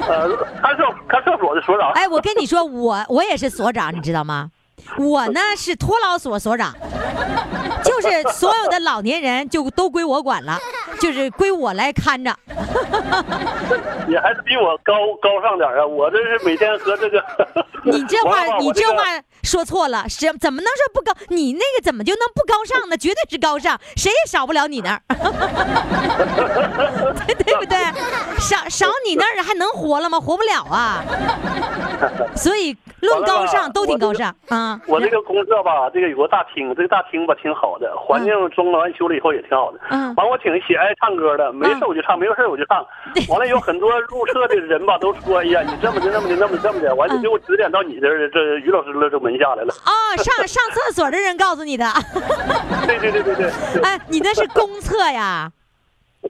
呃，看厕看厕所的所长。 哎，我跟你说，我我也是所长，你知道吗？我呢是托老所所长，就是所有的老年人就都归我管了，就是归我来看着。哎你还是比我高高尚点儿啊！我这是每天和这个，你这我把话，我你这这个话说错了，是怎么能说不高？你那个怎么就能不高尚呢？绝对是高尚，谁也少不了你那儿， 对对不对？少少你那儿还能活了吗？活不了 啊！所以论高完了吧尚都挺高我这个尚啊。 我这个公社吧，这个有个大厅，这个大厅吧挺好的，环境装完修了以后也挺好的。嗯完我挺喜爱唱歌的，没事我就唱，没有事我就唱。完了有很多入社的人吧，都说，哎呀，你这么的，那么的，那么的这么的，完了就给我指点到你这儿这于老师了这门下来了。啊、上上厕所的人告诉你的， 对对对对对，哎，你那是公厕呀，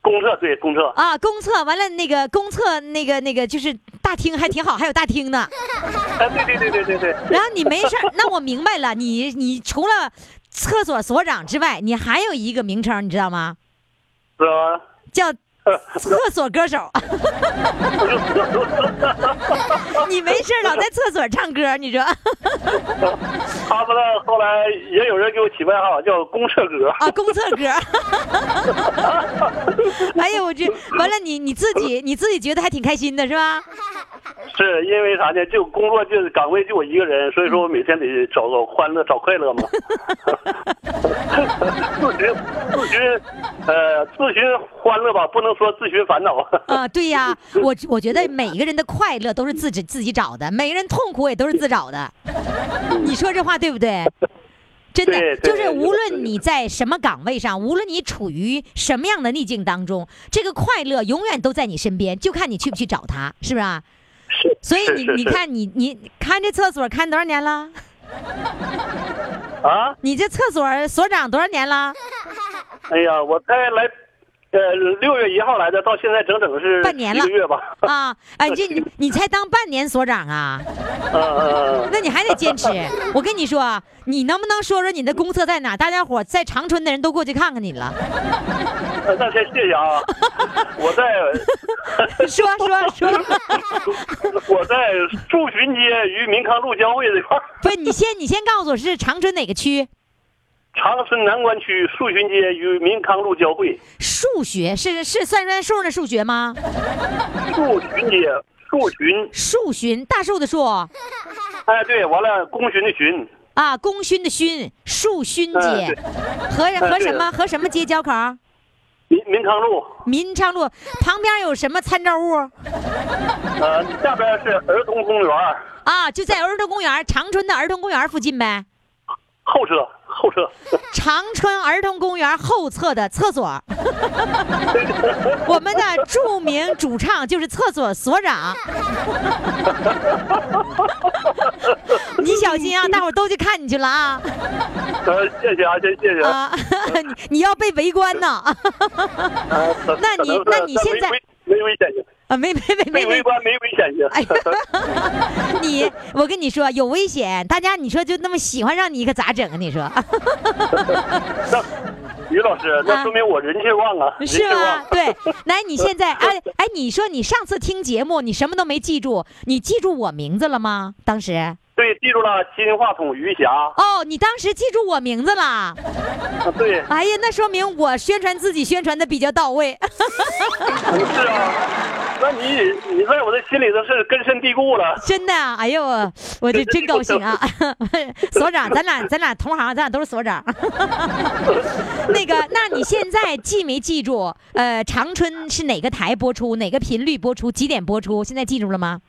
公厕对公厕，啊，公厕完了那个公厕那个那个就是大厅还挺好，还有大厅呢。哎，对对对对对对。然后你没事儿，那我明白了，你你除了厕所所长之外，你还有一个名称，你知道吗？是吧？叫厕所歌手。 你没事儿老在厕所唱歌，你说啊，他们呢，后来也有人给我起外号叫“公厕哥啊公厕歌。哎呀，我这完了，你你自己你自己觉得还挺开心的是吧？”，是因为啥呢？就工作就是岗位就我一个人，所以说我每天得找个欢乐，找快乐嘛。 自寻自寻，呃，自寻欢乐吧，不能说自寻烦恼。 啊，对呀，我我觉得每一个人的快乐都是自己自己找的，每个人痛苦也都是自找的。你说这话对不对？真的对，就对是无论对你在什么岗位上，无论你处于什么样的逆境当中，这个快乐永远都在你身边，就看你去不去找它，是不是啊？是，所以是你是你是看你你看这厕所看多少年了？啊，你这厕所所长多少年了？哎呀，我才来，呃，六月一号来的，到现在整整是半年了一个月吧。 啊，哎，这你你才当半年所长啊？嗯嗯 那你还得坚持。我跟你说啊，你能不能说说你的公厕在哪？大家伙儿在长春的人都过去看看你了， 嗯，那先谢谢啊。 我在说说说。我在祝群街与民康路交汇这块儿，不是你先你先告诉我是长春哪个区？长春南关区树群街与民康路交汇。数学是是算算数的数学吗？树群街，树群，树巡大树的树哎，对，完了，公巡的巡，啊，功勋的勋，树勋哎街对，和哎和对什么和什么街交口？民民康路，民昌路旁边有什么参照物？呃，下边是儿童公园儿，啊，就在儿童公园，长春的儿童公园附近呗。后车后车， 长春儿童公园后侧的厕所， 我们的著名主唱就是厕所所长。你小心 啊，大伙儿都去看你去了啊！呃，谢谢啊，谢谢谢。啊， 你你要被围观呢！ 呃可那可你能是那你但现没在危没危险性，啊，没没没没没没围观没危险性。 哎呀， 你我跟你说有危险，大家你说就那么喜欢上你可咋整啊？你说 那于老师，啊那说明我人气旺啊，人气 是吗旺？。 对，来你现在哎哎，你说你上次听节目你什么都没记住，你记住我名字了吗？当时对，记住了，金话筒余霞。哦，你当时记住我名字了，啊对，哎呀，那说明我宣传自己宣传的比较到位。 是啊。那你你在我的心里头是根深蒂固了。真的啊！哎呦，我我这真高兴啊！ 所长，咱俩咱俩同行，咱俩都是所长。 那个，那你现在记没记住？呃，长春是哪个台播出？哪个频率播出？几点播出？现在记住了吗？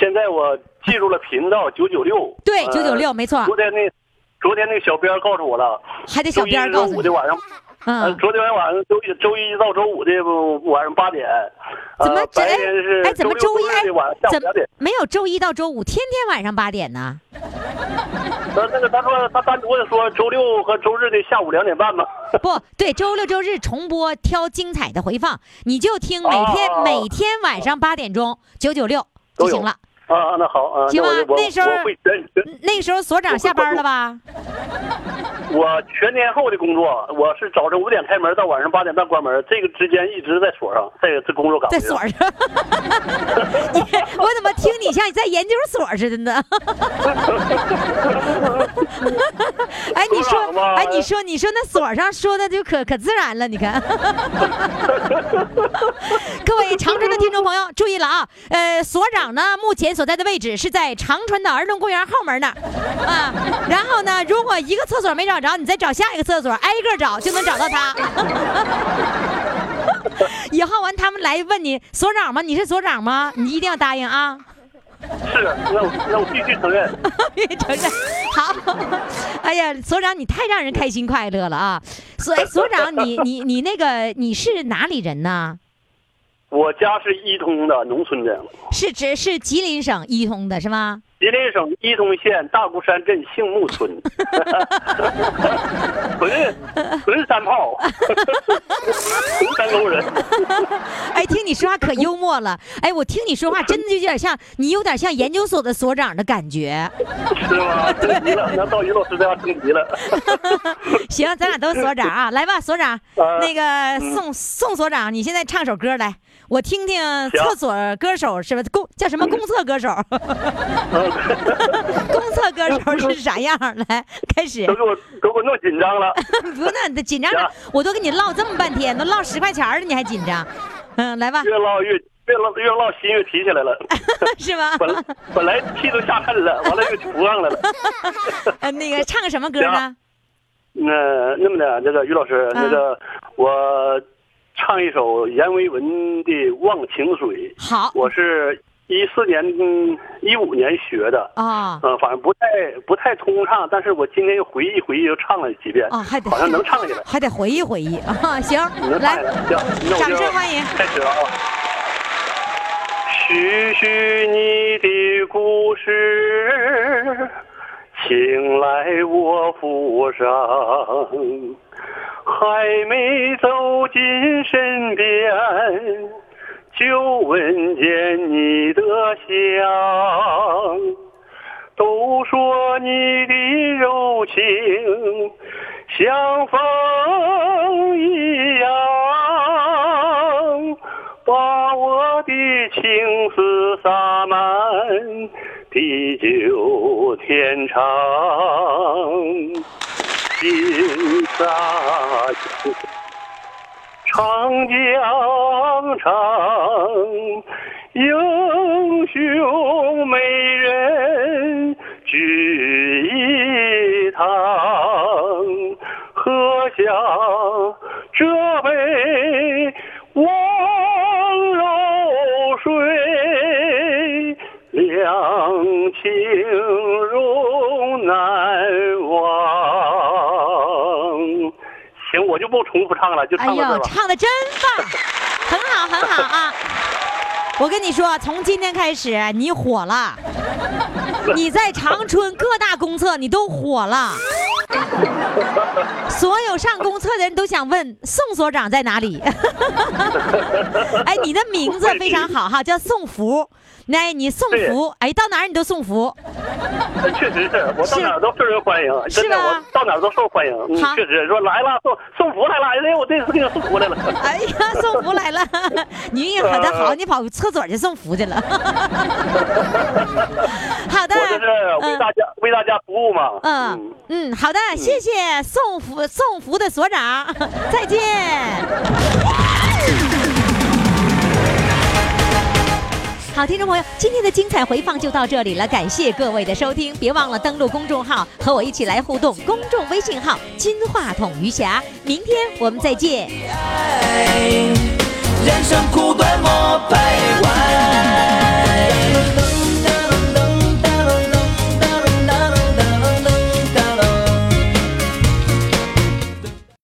现在我记住了频道九九六。对，呃九九六，。没错，昨天那昨天那个小编儿告诉我了，啊还得小编儿周一告周诉五的你。晚上，呃嗯，昨天晚上周一周一到周五的晚上八点，怎么呃这白天是哎哎？怎么周周一六日的晚上哎？下午怎两么点？没有周一到周五，天天晚上八点呢？呃那那个他说他单独的说周六和周日的下午两点半吧。不对，周六周日重播，挑精彩的回放，你就听每天、哦每天晚上八点钟九九六就都有行了。啊，那好啊，行吧我我那时候嗯我会全全那个时候所长下班了吧？我全天候的工作，我是早晨五点开门到晚上八点半关门，这个之间一直在锁上，这个这工作岗在位所上， 你我怎么听你像你在研究所似的呢？哎，你所长说，嘛哎，你说，你说那所上说的就可可自然了，你看。各位长春的听众朋友注意了啊，呃，所长呢目前所在的位置是在长春的儿童公园后门那儿啊，然后呢，如果一个厕所没找着，你再找下一个厕所，挨个找就能找到他。 以后完他们来问你所长吗？你是所长吗？你一定要答应啊！是，那我那我必须承认。 承认好。哎呀，所长你太让人开心快乐了啊！所哎所长你你你那个你是哪里人呢？我家是伊通的，农村的，是指是吉林省伊通的是吗？吉林省伊通县大孤山镇杏木村，纯纯山炮，纯山沟人。哎，听你说话可幽默了。哎，我听你说话真的就有点像你有点像研究所的所长的感觉。是吗？升级了，那到于老师家升级了。 行，咱俩都是所长啊，来吧，所长， 呃那个宋宋所长，你现在唱首歌来，我听听厕所歌手是吧？公叫什么公厕 歌手？公厕歌手是啥样？来，开始都，给我都给我弄紧张了。不那你紧张啥？我都跟你唠这么半天，都唠十块钱儿了，你还紧张？嗯，来吧，越唠越越唠越唠心越提起来了，是吧？本来本来气都下恨了，完了又不上来了。呃，那个唱个什么歌呢？那那么的，那个于老师，那个我唱一首阎维文的《忘情水》，好 我是一四年嗯一五年学的。啊呃，反正不太不太通畅，但是我今天又回忆回忆，又唱了几遍，啊，还得 好像能唱起来，还得回忆回忆啊，行能，来唱起。来。行，那我就掌声欢迎开始了啊！叙叙你的故事，请来我府上。还没走进身边，就闻见你的香。都说你的柔情像风一样，把我的情思洒满地久天长。心洒下长江长，英雄美人聚一堂，喝下这杯温柔水，两我就不重复唱了，就哎唱到这儿呦，吧。唱的真棒，很好，很好啊！我跟你说，从今天开始你火 了，你在长春各大公厕你都火了，所有上公厕的人都想问宋所长在哪 里。哎，你的名字非常好哈，叫宋福。那你宋福，哎，到哪儿你都送福。 确实是我到是哪儿都受人欢迎，真的，是吧我到哪儿都受欢迎。嗯好，确实说来了，送送福来了，哎，我这次给你送福 来了。哎呀，送福来 了！你运好的啊好，你跑厕所去送福去了。 好的，我这是为大家、为大家服务嘛。嗯嗯，好的，谢谢送福送福的所长，再见。好，听众朋友，今天的精彩回放就到这里了，感谢各位的收听，别忘了登录公众号和我一起来互动，公众微信号“金话筒余霞”，明天我们再见。爱，人生苦短，莫